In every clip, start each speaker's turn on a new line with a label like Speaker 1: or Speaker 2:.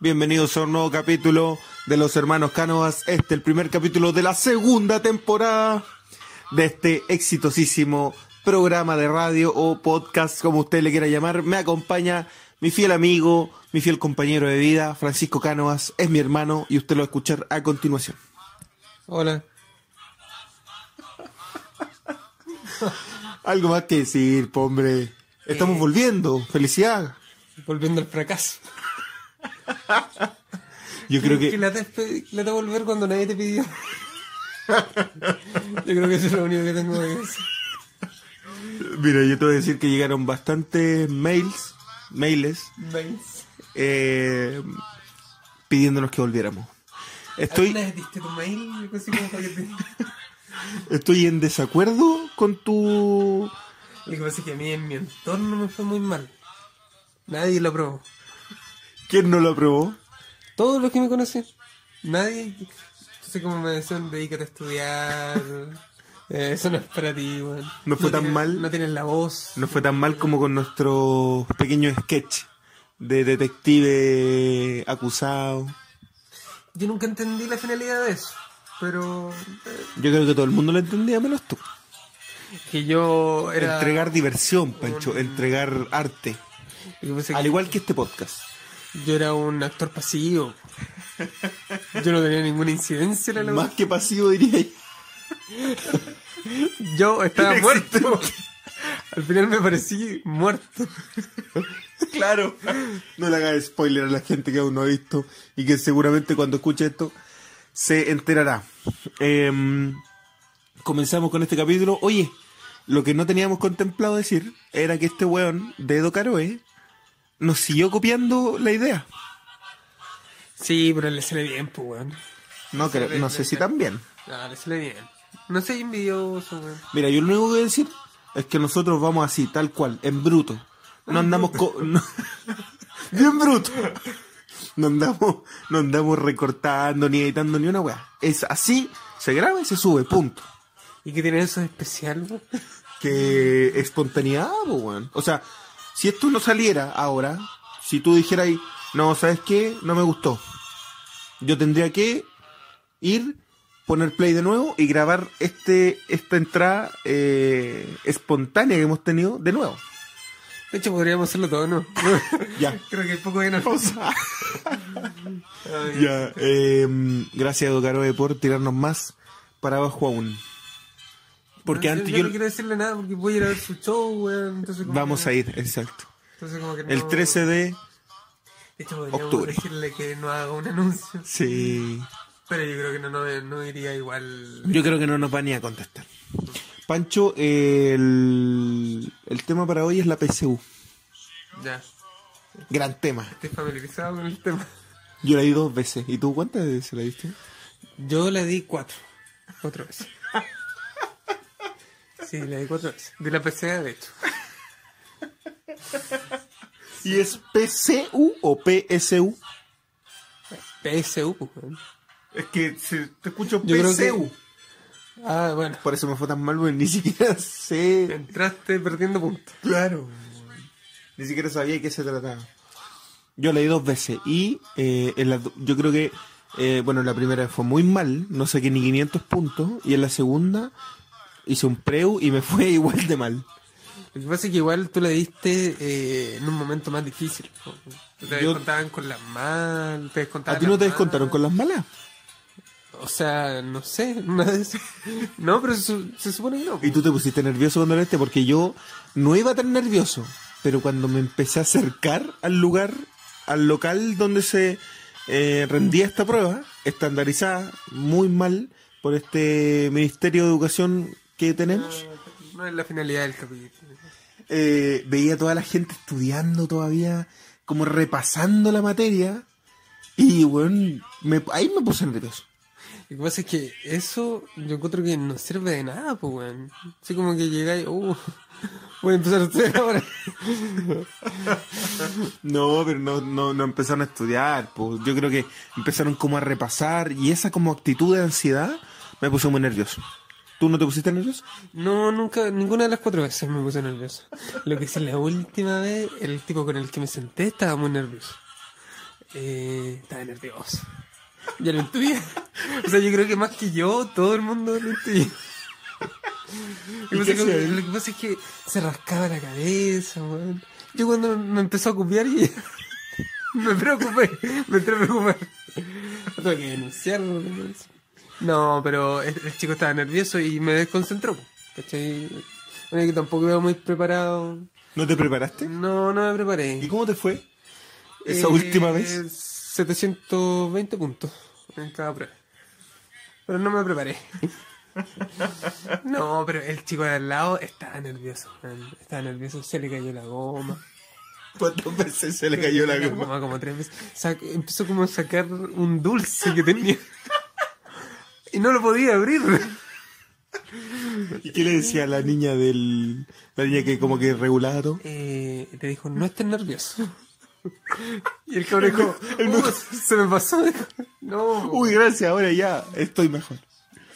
Speaker 1: Bienvenidos a un nuevo capítulo de Los Hermanos Cánovas. Este el primer capítulo de la segunda temporada de este exitosísimo programa de radio o podcast, como usted le quiera llamar. Me acompaña mi fiel amigo, mi fiel compañero de vida, Francisco Cánovas. Es mi hermano y usted lo va a escuchar a continuación.
Speaker 2: Hola.
Speaker 1: Algo más que decir, po, hombre. Estamos volviendo. Felicidad.
Speaker 2: Volviendo al fracaso.
Speaker 1: Yo creo que...
Speaker 2: la te, la te volver cuando nadie te pidió. Yo creo que eso es lo único que tengo que decir.
Speaker 1: Mira, yo te voy a decir que llegaron bastantes mails, mailes,
Speaker 2: ¿Veis?
Speaker 1: eh, pidiéndonos que volviéramos. Estoy,
Speaker 2: ¿Alguna vez viste tu mail? Yo pensé como para que te-
Speaker 1: estoy en desacuerdo con tu...
Speaker 2: Lo que pasa es que a mí en mi entorno me fue muy mal. Nadie lo aprobó.
Speaker 1: ¿Quién no lo aprobó?
Speaker 2: Todos los que me conocen. Nadie. Entonces como me decían, dedícate a estudiar. eh, eso no es para ti, weón.
Speaker 1: No fue tan
Speaker 2: tienes-
Speaker 1: mal.
Speaker 2: No tienes la voz.
Speaker 1: No fue tan mal como con nuestro pequeño sketch de detective acusado.
Speaker 2: Yo nunca entendí la finalidad de eso. Pero... eh,
Speaker 1: Yo creo que todo el mundo lo entendía, menos tú.
Speaker 2: que yo era...
Speaker 1: Entregar diversión, Pancho, entregar arte.
Speaker 2: Lo que pasa es
Speaker 1: Al
Speaker 2: que
Speaker 1: igual que este podcast.
Speaker 2: Yo era un actor pasivo. Yo no tenía ninguna incidencia en la
Speaker 1: Más que pasivo diría yo.
Speaker 2: Yo estaba
Speaker 1: Inexistente.
Speaker 2: muerto. Al final me parecí muerto.
Speaker 1: Claro. No le hagas spoiler a la gente que aún no ha visto y que seguramente cuando escuche esto se enterará. Em, comenzamos con este capítulo. Oye, lo que no teníamos contemplado decir era que este weón de Edo Caroe nos siguió copiando la idea.
Speaker 2: Sí, pero le sale bien, pues, weón.
Speaker 1: No, creo, no sé si también.
Speaker 2: No, le sale bien. No soy envidioso, weón.
Speaker 1: Mira, yo lo único que voy a decir es que nosotros vamos así, tal cual, en bruto. No andamos co- no- bien bruto. No andamos, no andamos recortando ni editando ni una weá. Es así, se graba y se sube, punto.
Speaker 2: ¿Y qué tiene eso de especial, weón?
Speaker 1: Que espontaneidad, po, weón. O sea, si esto no saliera ahora, si tú dijeras, ahí, no, ¿sabes qué? No me gustó. Yo tendría que ir, poner play de nuevo y grabar este esta entrada eh, espontánea que hemos tenido de nuevo.
Speaker 2: De hecho, podríamos hacerlo todo, ¿no?
Speaker 1: Ya.
Speaker 2: Creo que es poco bien.
Speaker 1: Pausa.
Speaker 2: Ay,
Speaker 1: ya. em, gracias, Educaroe, por tirarnos más para abajo aún. Porque
Speaker 2: no,
Speaker 1: antes
Speaker 2: Ah, yo,
Speaker 1: yo...
Speaker 2: no quiero decirle nada porque voy a ir a ver su show, weón. Entonces, como
Speaker 1: Vamos
Speaker 2: que-
Speaker 1: a ir, exacto.
Speaker 2: Entonces, como que
Speaker 1: El
Speaker 2: no-
Speaker 1: 13 de...
Speaker 2: De hecho, podríamos
Speaker 1: octubre.
Speaker 2: decirle que no haga un anuncio.
Speaker 1: Sí.
Speaker 2: Pero yo creo que no, no, no iría igual.
Speaker 1: Yo creo que no nos va ni a contestar. Pancho, el, el tema para hoy es la PSU.
Speaker 2: Ya.
Speaker 1: Gran tema.
Speaker 2: Estoy familiarizado con el tema.
Speaker 1: Yo la di dos veces. ¿Y tú cuántas veces la diste?
Speaker 2: Yo le di cuatro. Cuatro veces. Sí, le di cuatro veces. De la PCA, de hecho.
Speaker 1: ¿Y es PCU o PSU?
Speaker 2: PSU, pues, weón.
Speaker 1: Es que se- te escucho
Speaker 2: Yo creo que- Ah, bueno.
Speaker 1: Por eso me fue tan mal, porque ni siquiera sé.
Speaker 2: Entraste perdiendo puntos.
Speaker 1: Claro. Ni siquiera sabía de qué se trataba. Yo leí dos veces y eh, en las do- yo creo que, eh, bueno, la primera fue muy mal, no saqué ni 500 puntos, y en la segunda hice un preu y me fue igual de mal.
Speaker 2: Lo que pasa es que igual tú le diste eh, en un momento más difícil. po. Te
Speaker 1: Yo-
Speaker 2: descontaban con las mal, te descontaban
Speaker 1: ¿A ti no
Speaker 2: las
Speaker 1: te
Speaker 2: mal.
Speaker 1: descontaron con las malas?
Speaker 2: O sea, no sé. una vez- No, pero se, su- se supone que no. po.
Speaker 1: Y tú te pusiste nervioso cuando leíste porque yo no iba tan nervioso, pero cuando me empecé a acercar al lugar, al local donde se eh, rendía esta prueba, estandarizada muy mal por este Ministerio de Educación que tenemos,
Speaker 2: No es la finalidad del capítulo.
Speaker 1: eh, veía a toda la gente estudiando todavía, como repasando la materia, y bueno, me- ahí me puse nervioso.
Speaker 2: Lo que pasa es que eso yo encuentro que no sirve de nada, pues, weón. Así como que llegáis, uh, voy a empezar a estudiar ahora.
Speaker 1: No, pero no, no, no empezaron a estudiar. Pues. Yo creo que empezaron como a repasar y esa como actitud de ansiedad me puso muy nervioso. ¿Tú no te pusiste nervioso?
Speaker 2: No, nunca, ninguna de las cuatro veces me puse nervioso. Lo que sí, la última vez, el tipo con el que me senté estaba muy nervioso. Eh, estaba nervioso. Ya lo intuía. O sea, yo creo que más que yo, todo el mundo lo intuía.
Speaker 1: ¿Y
Speaker 2: Lo
Speaker 1: qué
Speaker 2: que, pasa es
Speaker 1: hacía
Speaker 2: que-
Speaker 1: él?
Speaker 2: lo que pasa es que se rascaba la cabeza, weón. Yo cuando me empezó a copiar y me preocupé, me entré a preocupar. Lo Tuve que denunciarlo. me parece. No, pero el, el chico estaba nervioso y me desconcentró. ¿Cachai? Bueno, que tampoco iba muy preparado.
Speaker 1: ¿No te preparaste?
Speaker 2: No, no me preparé.
Speaker 1: ¿Y cómo te fue esa
Speaker 2: Eh,
Speaker 1: última vez?
Speaker 2: 720 puntos en cada prueba. Pero no me preparé. No, pero el chico de al lado estaba nervioso. man. Estaba nervioso, se le cayó la goma.
Speaker 1: ¿Cuántas veces se le cayó la goma?
Speaker 2: como tres veces. Sac- empezó como a sacar un dulce que tenía. Y no lo podía abrir.
Speaker 1: ¿Y qué le decía la niña del... la niña que como que regulaba todo?
Speaker 2: Eh, le dijo, no estés nervioso. Y el cabrón dijo,
Speaker 1: El
Speaker 2: "Uh,
Speaker 1: mejor-
Speaker 2: se me pasó. No.
Speaker 1: Uy, gracias, ahora ya estoy mejor.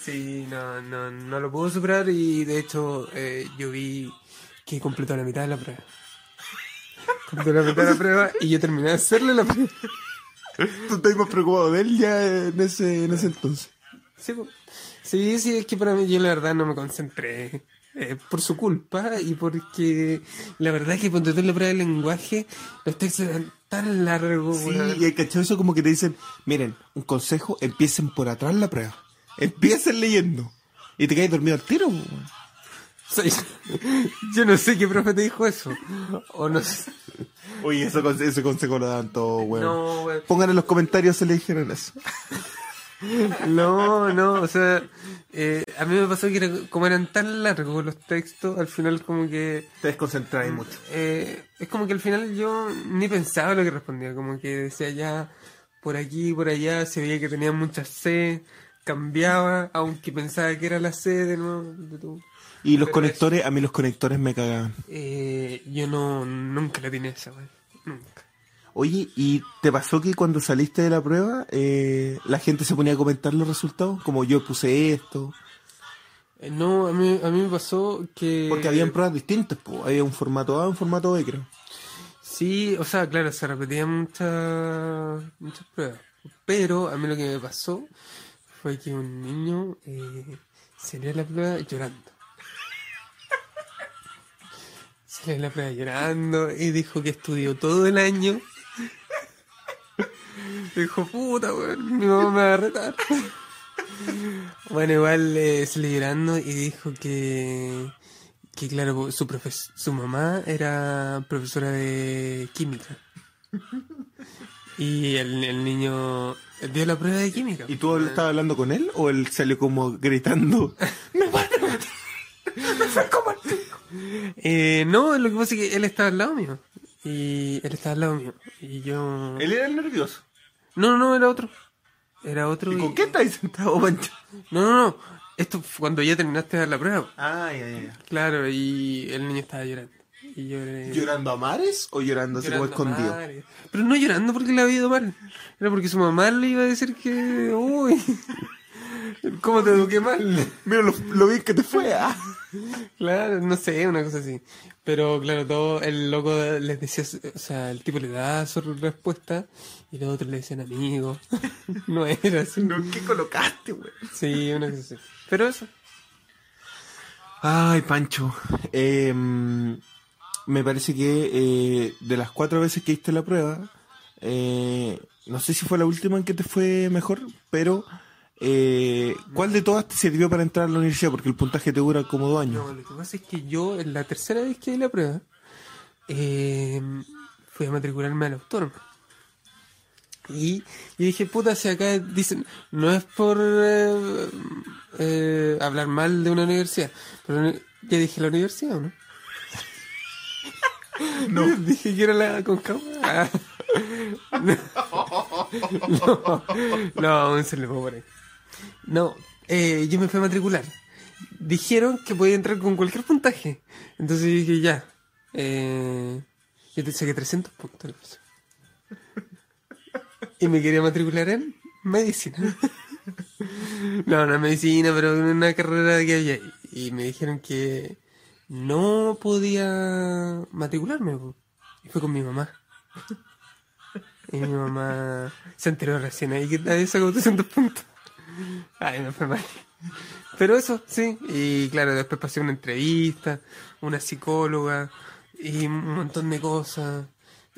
Speaker 2: Sí, no, no, no lo pudo superar y de hecho eh, yo vi que completó la mitad de la prueba. Completó la mitad de la prueba y yo terminé de hacerle la prueba.
Speaker 1: Tú estás más preocupado de él ya en ese, en ese entonces.
Speaker 2: Sí, po. sí, sí, es que para mí yo la verdad no me concentré. eh, por su culpa y porque la verdad es que cuando tú en la prueba de lenguaje los textos eran tan largos.
Speaker 1: Sí, eh.
Speaker 2: weón.
Speaker 1: y el cachado eso como que te dicen, miren, un consejo, empiecen por atrás la prueba. Empiecen leyendo. Y te caes dormido al tiro. po, weón.
Speaker 2: O sea, yo no sé qué profe te dijo eso. O no sé.
Speaker 1: Oye, eso, conse- ese consejo lo dan todo, weón.
Speaker 2: No, weón.
Speaker 1: Pongan en los comentarios si le dijeron eso.
Speaker 2: No, no, o sea, eh, a mí me pasó que era- como eran tan largos los textos, al final como que...
Speaker 1: Te desconcentráis mucho.
Speaker 2: eh, es como que al final yo ni pensaba lo que respondía, como que decía ya por aquí, por allá, se veía que tenía muchas C, cambiaba, aunque pensaba que era la C de nuevo. de tu-
Speaker 1: Y los
Speaker 2: Pero
Speaker 1: conectores, a mí los conectores me cagaban.
Speaker 2: Eh, yo no, nunca la tenía esa, wey, nunca.
Speaker 1: Oye, ¿y te pasó que cuando saliste de la prueba, eh, la gente se ponía a comentar los resultados? Como yo puse esto.
Speaker 2: Eh, no, a mí, a mí me pasó que...
Speaker 1: Porque habían pruebas distintas, po. Había un formato A, un formato B, creo.
Speaker 2: Sí, o sea, claro, se repetían muchas muchas pruebas. Pero a mí lo que me pasó fue que un niño eh, salió de la prueba llorando. Salió de la prueba llorando y dijo que estudió todo el año. Dijo, puta, weón, mi mamá me va a retar. Bueno, igual eh, salió llorando y dijo que, que claro, pues, su, profes- su mamá era profesora de química. Y el, el niño dio la prueba de química.
Speaker 1: ¿Y tú habl- estabas hablando con él o él salió como gritando?
Speaker 2: Eh, no, lo que pasa es que él estaba al lado mío. Y él estaba al lado mío. Y yo...
Speaker 1: era nervioso.
Speaker 2: No, no, era otro. Era otro.
Speaker 1: ¿Y
Speaker 2: y-
Speaker 1: con qué estáis sentado, Pancho?
Speaker 2: No, no, no. Esto fue cuando ya terminaste de dar la prueba.
Speaker 1: Ah, ya, ya, ya.
Speaker 2: Claro, y el niño estaba llorando. Y lloré.
Speaker 1: ¿Llorando a mares o llorando así como
Speaker 2: Llorando
Speaker 1: escondido?
Speaker 2: mal. Pero no llorando porque le había ido mal. Era porque su mamá le iba a decir que. Uy. ¿Cómo te eduqué mal?
Speaker 1: Mira lo, lo bien que te fue. ah.
Speaker 2: Claro, no sé, una cosa así. Pero claro, todo el loco les decía, o sea, el tipo le daba su respuesta y los otros le decían amigo. No era así.
Speaker 1: ¿Qué colocaste, güey?
Speaker 2: Sí, una cosa así. Pero eso.
Speaker 1: Ay, Pancho. Eh, me parece que eh, de las cuatro veces que diste la prueba, eh, no sé si fue la última en que te fue mejor, pero eh, ¿cuál de todas te sirvió para entrar a la universidad? Porque el puntaje te dura como dos años.
Speaker 2: No, lo que pasa es que yo, en la tercera vez que di la prueba, eh, fui a matricularme al autónomo. Y yo dije, puta, si acá dicen, no es por eh, eh, hablar mal de una universidad, pero ya dije la universidad, ¿o no? No. Dije que era la Concagua. Ah. No, no, aún se le fue por ahí. No, eh, yo me fui a matricular. Dijeron que podía entrar con cualquier puntaje. Entonces dije, ya. eh, yo te saqué 300 puntos. le puse. Y me quería matricular en medicina. No, no en medicina, pero en una carrera que había. Y me dijeron que no podía matricularme. po. Y fue con mi mamá. Y mi mamá se enteró recién ahí que nadie sacó 200 puntos. Ay, me fue mal. Pero eso, sí. Y claro, después pasé una entrevista, una psicóloga y un montón de cosas.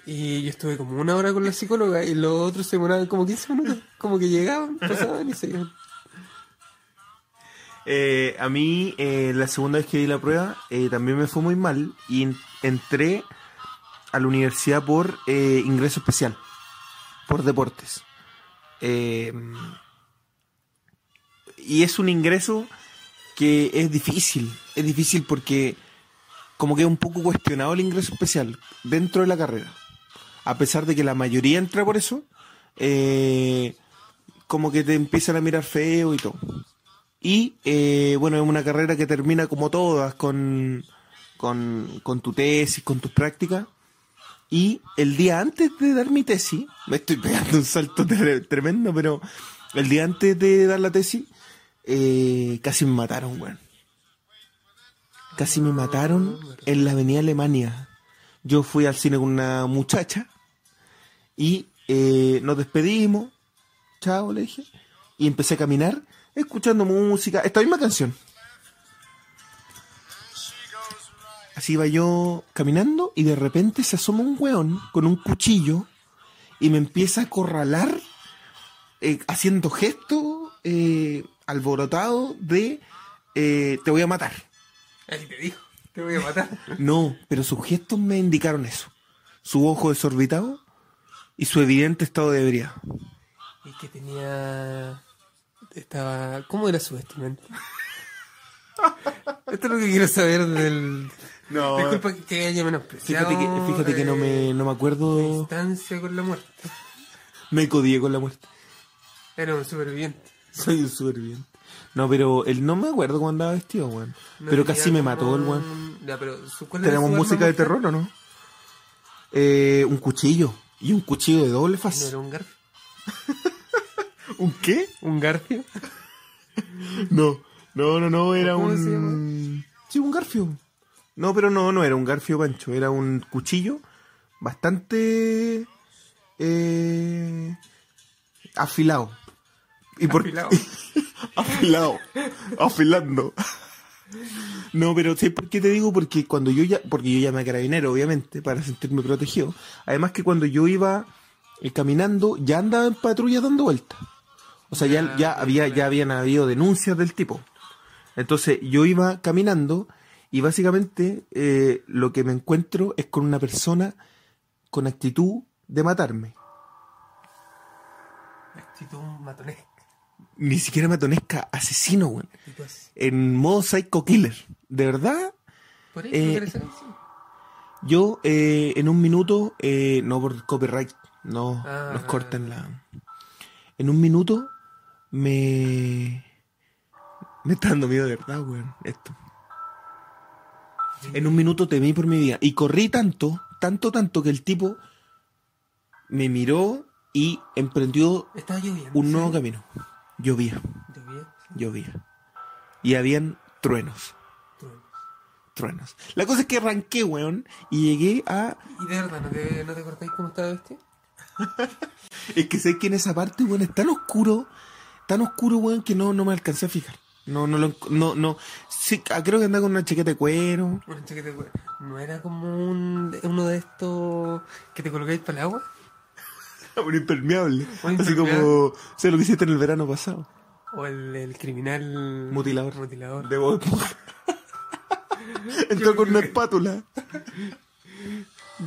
Speaker 2: Y yo estuve como una hora con la psicóloga y los otros se demoraban como 15 minutos. Como que llegaban, pasaban y se iban.
Speaker 1: Eh, a mí, eh, la segunda vez que di la prueba, eh, también me fue muy mal y en- entré a la universidad por eh, ingreso especial, por deportes. Eh, y es un ingreso que es difícil, es difícil porque como que es un poco cuestionado el ingreso especial dentro de la carrera. A pesar de que la mayoría entra por eso, eh, como que te empiezan a mirar feo y todo. Y eh, bueno, es una carrera que termina como todas, con, con, con tu tesis, con tus prácticas. Y el día antes de dar mi tesis, me estoy pegando un salto tre- tremendo, pero el día antes de dar la tesis, eh, casi me mataron, weón. Casi me mataron en la avenida Alemania. Yo fui al cine con una muchacha y eh, nos despedimos. Chao, le dije. Y empecé a caminar escuchando música. Esta misma canción. Así iba yo caminando y de repente se asoma un weón con un cuchillo y me empieza a acorralar eh, haciendo gestos eh, alborotado de eh, te voy a matar.
Speaker 2: Él te dijo, te voy a matar.
Speaker 1: No, pero sus gestos me indicaron eso. Su ojo desorbitado y su evidente estado de ebriedad.
Speaker 2: Y que tenía. Estaba. ¿Cómo era su vestimenta? Esto es lo que quiero saber del.
Speaker 1: No.
Speaker 2: Disculpa que te haya menospreciado.
Speaker 1: Fíjate que, fíjate que no, me, no me
Speaker 2: eh,
Speaker 1: acuerdo.
Speaker 2: distancia con la muerte.
Speaker 1: Me codié con la muerte.
Speaker 2: Era un superviviente.
Speaker 1: Soy un superviviente. No, pero él no me acuerdo cómo andaba vestido, weón.
Speaker 2: No
Speaker 1: pero
Speaker 2: tenía
Speaker 1: casi me
Speaker 2: como-
Speaker 1: mató el weón.
Speaker 2: Ya, pero su- ¿cuál era
Speaker 1: ¿Tenemos
Speaker 2: su arma
Speaker 1: música de
Speaker 2: mortal?
Speaker 1: terror o no? Eh, un cuchillo. Y un cuchillo de doble
Speaker 2: ¿No
Speaker 1: faz.
Speaker 2: era un garfio?
Speaker 1: ¿Un qué?
Speaker 2: ¿Un garfio?
Speaker 1: No, no, no, no, era
Speaker 2: ¿Cómo
Speaker 1: un...
Speaker 2: se
Speaker 1: Sí, un garfio. No, pero no, no era un garfio, Pancho. Era un cuchillo bastante... eh, afilado. Y por-
Speaker 2: Afilado.
Speaker 1: afilado, afilando. No, pero ¿sabes por qué te digo? Porque cuando yo ya, porque yo llamé a carabinero, obviamente, para sentirme protegido. Además que cuando yo iba eh, caminando, ya andaba en patrulla dando vueltas. O sea, ya, ya había, ya habían habido denuncias del tipo. Entonces, yo iba caminando y básicamente eh, lo que me encuentro es con una persona con actitud de matarme.
Speaker 2: Actitud matonesca.
Speaker 1: Ni siquiera matonesca, asesino, weón.
Speaker 2: Actitud así.
Speaker 1: en modo Psycho Killer. De verdad,
Speaker 2: Por ahí
Speaker 1: Eh,
Speaker 2: creo que era esa canción.
Speaker 1: yo eh, en un minuto, eh, no por copyright, no
Speaker 2: Ah.
Speaker 1: nos cortan la. En un minuto me. Me está dando miedo de verdad, weón, esto. En un minuto temí por mi vida y corrí tanto, tanto, tanto que el tipo me miró y emprendió
Speaker 2: Estaba lloviendo.
Speaker 1: un nuevo
Speaker 2: ¿sí?
Speaker 1: camino. Llovía,
Speaker 2: Llovía,
Speaker 1: llovía. Y habían truenos.
Speaker 2: trueno.
Speaker 1: truenos. La cosa es que arranqué, weón, y llegué a...
Speaker 2: ¿Y de verdad no te, no te acordáis cómo estaba vestido?
Speaker 1: Es que sé que en esa parte, weón, es tan oscuro, tan oscuro, weón, que no, no me alcancé a fijar. No, no, lo enco- no, no. Sí, ah, creo que andaba con una chaqueta de cuero.
Speaker 2: Una chaqueta de cuero. ¿No era como un, uno de estos que te colocáis para el agua?
Speaker 1: Un impermeable.
Speaker 2: Un
Speaker 1: Así
Speaker 2: impermeable.
Speaker 1: como, sé lo que hiciste en el verano pasado.
Speaker 2: ¿O el, el criminal...
Speaker 1: Mutilador.
Speaker 2: Mutilador.
Speaker 1: De Bob Esponja. Entró con una espátula.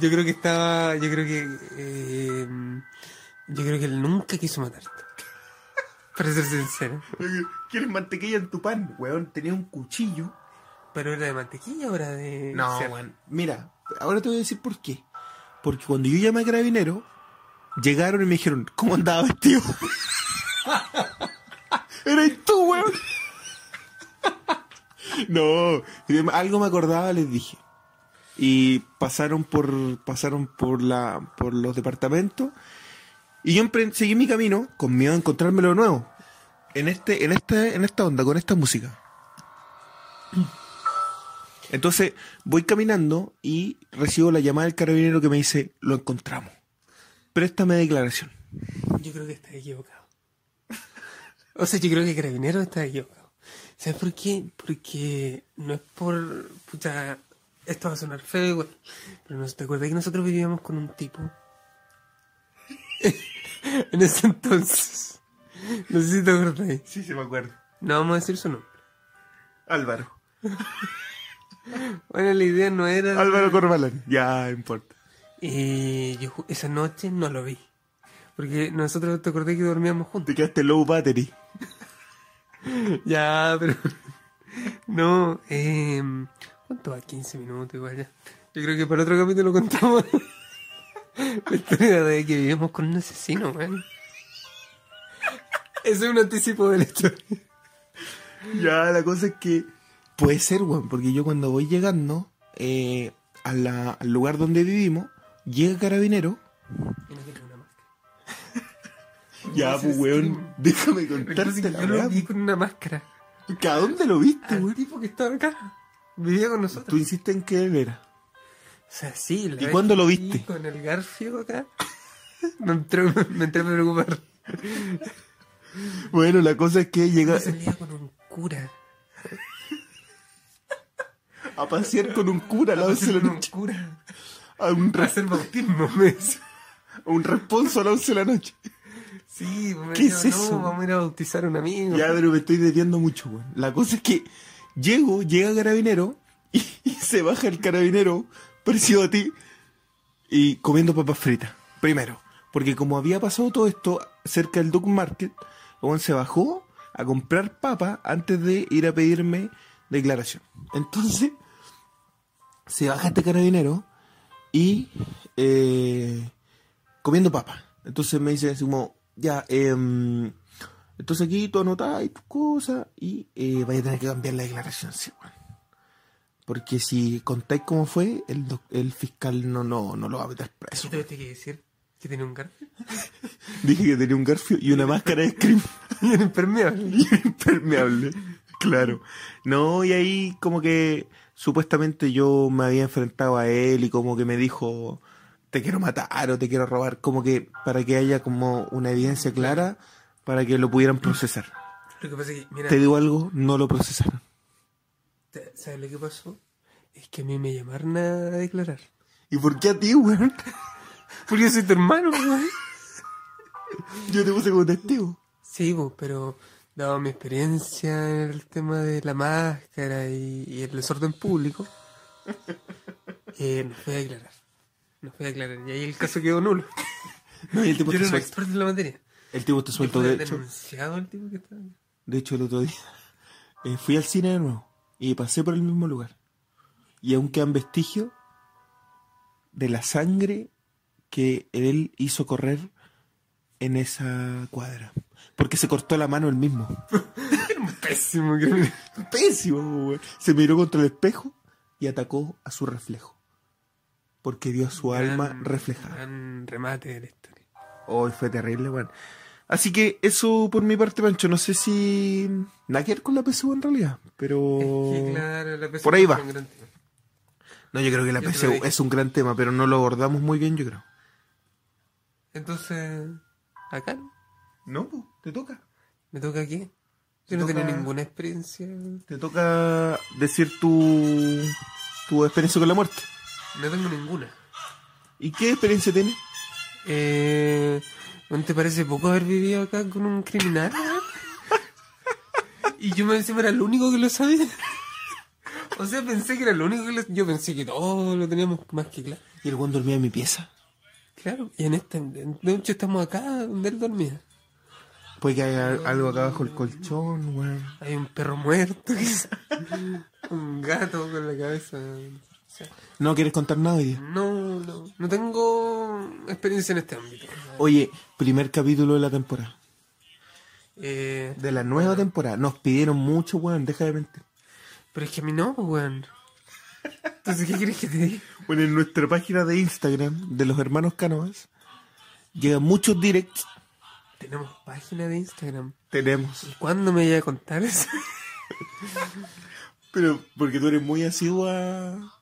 Speaker 2: Yo creo que estaba... Yo creo que... eh, yo creo que él nunca quiso matarte. Para ser sincero.
Speaker 1: ¿Quieres mantequilla en tu pan? Weón, tenía un cuchillo.
Speaker 2: ¿Pero era de mantequilla o era de...?
Speaker 1: No,
Speaker 2: cerdo?
Speaker 1: weón. Mira, ahora te voy a decir por qué. Porque cuando yo llamé a carabinero, llegaron y me dijeron, ¿cómo andaba vestido? Eres tú, weón. no, y de- algo me acordaba, les dije. Y pasaron por, pasaron por la, por los departamentos. Y yo empre- seguí mi camino con miedo a encontrármelo de nuevo. En este, en este, en esta onda, con esta música. Entonces voy caminando y recibo la llamada del carabinero que me dice, lo encontramos. Préstame declaración.
Speaker 2: Yo creo que está equivocado. O sea, yo creo que Carabineros está equivocado. ¿Sabes por qué? Porque no es por. Pucha, esto va a sonar feo, güey. Pero no te acuerdas que nosotros vivíamos con un tipo. en ese entonces. No sé si te acordáis.
Speaker 1: Sí, sí, me acuerdo.
Speaker 2: No vamos a decir su nombre.
Speaker 1: Álvaro.
Speaker 2: Bueno, la idea no era.
Speaker 1: Álvaro Corbalán. Ya, importa.
Speaker 2: Y Eh, yo ju- esa noche no lo vi. Porque nosotros te acordás que dormíamos juntos.
Speaker 1: Te quedaste low battery.
Speaker 2: Ya, pero. No, eh. ¿Cuánto va? 15 minutos igual ya. Yo creo que para otro capítulo contamos la historia de que vivíamos con un asesino, man. Ese es un anticipo de la historia.
Speaker 1: Ya, la cosa es que puede ser, weón, porque yo cuando voy llegando eh, a la- al lugar donde vivimos, llega carabinero. Ya,
Speaker 2: Ese
Speaker 1: pues,
Speaker 2: es
Speaker 1: weón, déjame contarte
Speaker 2: Yo
Speaker 1: la
Speaker 2: lo
Speaker 1: verdad.
Speaker 2: vi con una máscara.
Speaker 1: ¿A dónde lo viste,
Speaker 2: Al
Speaker 1: weón?
Speaker 2: tipo que estaba acá. Vivía con nosotros.
Speaker 1: Tú insistes en que él era.
Speaker 2: O sea, sí. la
Speaker 1: ¿Y
Speaker 2: vez
Speaker 1: cuándo
Speaker 2: que
Speaker 1: lo
Speaker 2: fui
Speaker 1: viste?
Speaker 2: Con el Garfio acá. Me entré, me entré a preocupar.
Speaker 1: Bueno, la cosa es que llega
Speaker 2: Yo salía con un cura.
Speaker 1: a pasear con un cura a la once de la
Speaker 2: Con un
Speaker 1: noche.
Speaker 2: cura.
Speaker 1: A un,
Speaker 2: Para
Speaker 1: re-
Speaker 2: hacer bautismo, me decía.
Speaker 1: a un responso a la once de la noche.
Speaker 2: Sí, me
Speaker 1: ¿Qué
Speaker 2: decía,
Speaker 1: es eso?
Speaker 2: No, vamos a ir a bautizar a un amigo.
Speaker 1: Ya, pero me estoy desviando mucho, weón. La cosa es que llego, llega carabinero y, y se baja el carabinero parecido a ti y comiendo papas fritas. Primero, porque como había pasado todo esto cerca del Dog Market, weón se bajó a comprar papas antes de ir a pedirme declaración. Entonces, se baja este carabinero y eh, comiendo papas. Entonces me dice así como, ya, em, entonces aquí tú anotás y tus cosas y eh, vaya a tener que cambiar la declaración, sí, weón. Porque si contáis cómo fue, el, doc- el fiscal no, no, no lo va a meter preso.
Speaker 2: ¿Qué tuviste que decir? Que tenía un Garfio.
Speaker 1: Dije que tenía un garfio y una máscara de scream
Speaker 2: Y era impermeable.
Speaker 1: y era impermeable. Claro. No, y ahí como que supuestamente yo me había enfrentado a él y como que me dijo te quiero matar o te quiero robar, como que para que haya como una evidencia clara para que lo pudieran procesar.
Speaker 2: Lo que pasa es que, mira,
Speaker 1: Te digo algo, no lo procesaron.
Speaker 2: te- ¿sabes lo que pasó? Es que a mí me llamaron a declarar.
Speaker 1: ¿Y por qué a ti, weón?
Speaker 2: Porque soy tu hermano, güey.
Speaker 1: Yo te puse como testigo.
Speaker 2: Sí, bo, pero dado mi experiencia en el tema de la máscara y, y el desorden público, eh, nos fue a declarar. Nos fue a declarar. Y ahí el caso quedó nulo.
Speaker 1: No, y el tipo está
Speaker 2: Yo era un
Speaker 1: suelto.
Speaker 2: experto en la materia.
Speaker 1: El tipo está
Speaker 2: Yo
Speaker 1: suelto,
Speaker 2: fue
Speaker 1: de hecho.
Speaker 2: denunciado el tipo que estaba.
Speaker 1: De hecho, el otro día eh, fui al cine de nuevo y pasé por el mismo lugar. Y aún quedan vestigios de la sangre que él hizo correr en esa cuadra. Porque se cortó la mano él mismo.
Speaker 2: Era un pésimo criminal.
Speaker 1: Pésimo, güey. Se miró contra el espejo y atacó a su reflejo. Porque vio a su alma
Speaker 2: Gran-
Speaker 1: reflejada.
Speaker 2: gran remate de la historia.
Speaker 1: Hoy fue terrible, weón. Así que eso por mi parte, Pancho. No sé si. Nada que ver con la PSU en realidad, pero.
Speaker 2: Es que, claro, la
Speaker 1: Oh. Por ahí
Speaker 2: PSU
Speaker 1: va.
Speaker 2: fue un gran tema.
Speaker 1: No, yo creo que la
Speaker 2: Yo te lo
Speaker 1: PSU
Speaker 2: dije.
Speaker 1: es un gran tema, pero no lo abordamos muy bien, yo creo.
Speaker 2: Entonces, acá no.
Speaker 1: No, po, te toca.
Speaker 2: me toca aquí.
Speaker 1: Te
Speaker 2: Yo no tenía
Speaker 1: toca-
Speaker 2: ninguna experiencia. No
Speaker 1: Te toca decir tu. tu experiencia con la muerte.
Speaker 2: tengo ninguna.
Speaker 1: ¿Y qué experiencia tienes?
Speaker 2: Eh, ¿No te parece poco haber vivido acá con un criminal? y yo me encima era el único que lo sabía. o sea, pensé que era el único que lo Yo pensé que todos lo teníamos más que claro.
Speaker 1: Y el weón dormía en mi pieza.
Speaker 2: Claro, y en esta de hecho estamos acá donde él dormía.
Speaker 1: Puede que haya algo acá bajo el colchón, weón.
Speaker 2: Hay un perro muerto, un gato con la cabeza. O sea,
Speaker 1: No quieres contar nada hoy día.
Speaker 2: no, no, no tengo experiencia en este ámbito.
Speaker 1: Oye, primer capítulo de la temporada.
Speaker 2: Eh,
Speaker 1: De la nueva temporada. Nos pidieron mucho, weón. Deja de mentir.
Speaker 2: pero es que a mí no, pues, weón. Entonces, ¿qué quieres que te diga?
Speaker 1: Bueno, en nuestra página de Instagram de los hermanos Cánovas llegan muchos directs.
Speaker 2: Tenemos página de Instagram.
Speaker 1: Tenemos.
Speaker 2: ¿Y cuándo me iba a contar eso?
Speaker 1: Pero porque tú eres muy asiduo a...
Speaker 2: A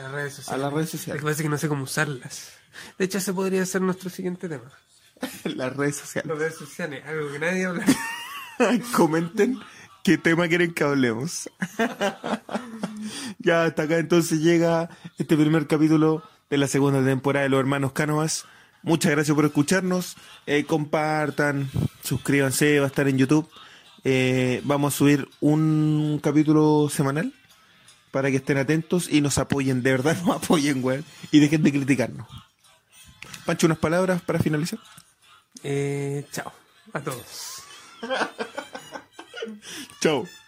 Speaker 2: las redes
Speaker 1: A
Speaker 2: sociales.
Speaker 1: las redes
Speaker 2: Lo que
Speaker 1: sociales.
Speaker 2: pasa es que no sé cómo usarlas. De hecho, ese podría ser nuestro siguiente tema.
Speaker 1: Las redes sociales.
Speaker 2: Las redes sociales, algo que nadie habla.
Speaker 1: Comenten qué tema quieren que hablemos. ya hasta acá entonces llega este primer capítulo de la segunda temporada de Los Hermanos Cánovas. Muchas gracias por escucharnos. Eh, compartan, suscríbanse, va a estar en YouTube. Eh, vamos a subir un capítulo semanal para que estén atentos y nos apoyen, de verdad nos apoyen, weón. Y dejen de criticarnos. Pancho, unas palabras para finalizar.
Speaker 2: Eh, chao a todos.
Speaker 1: Chao.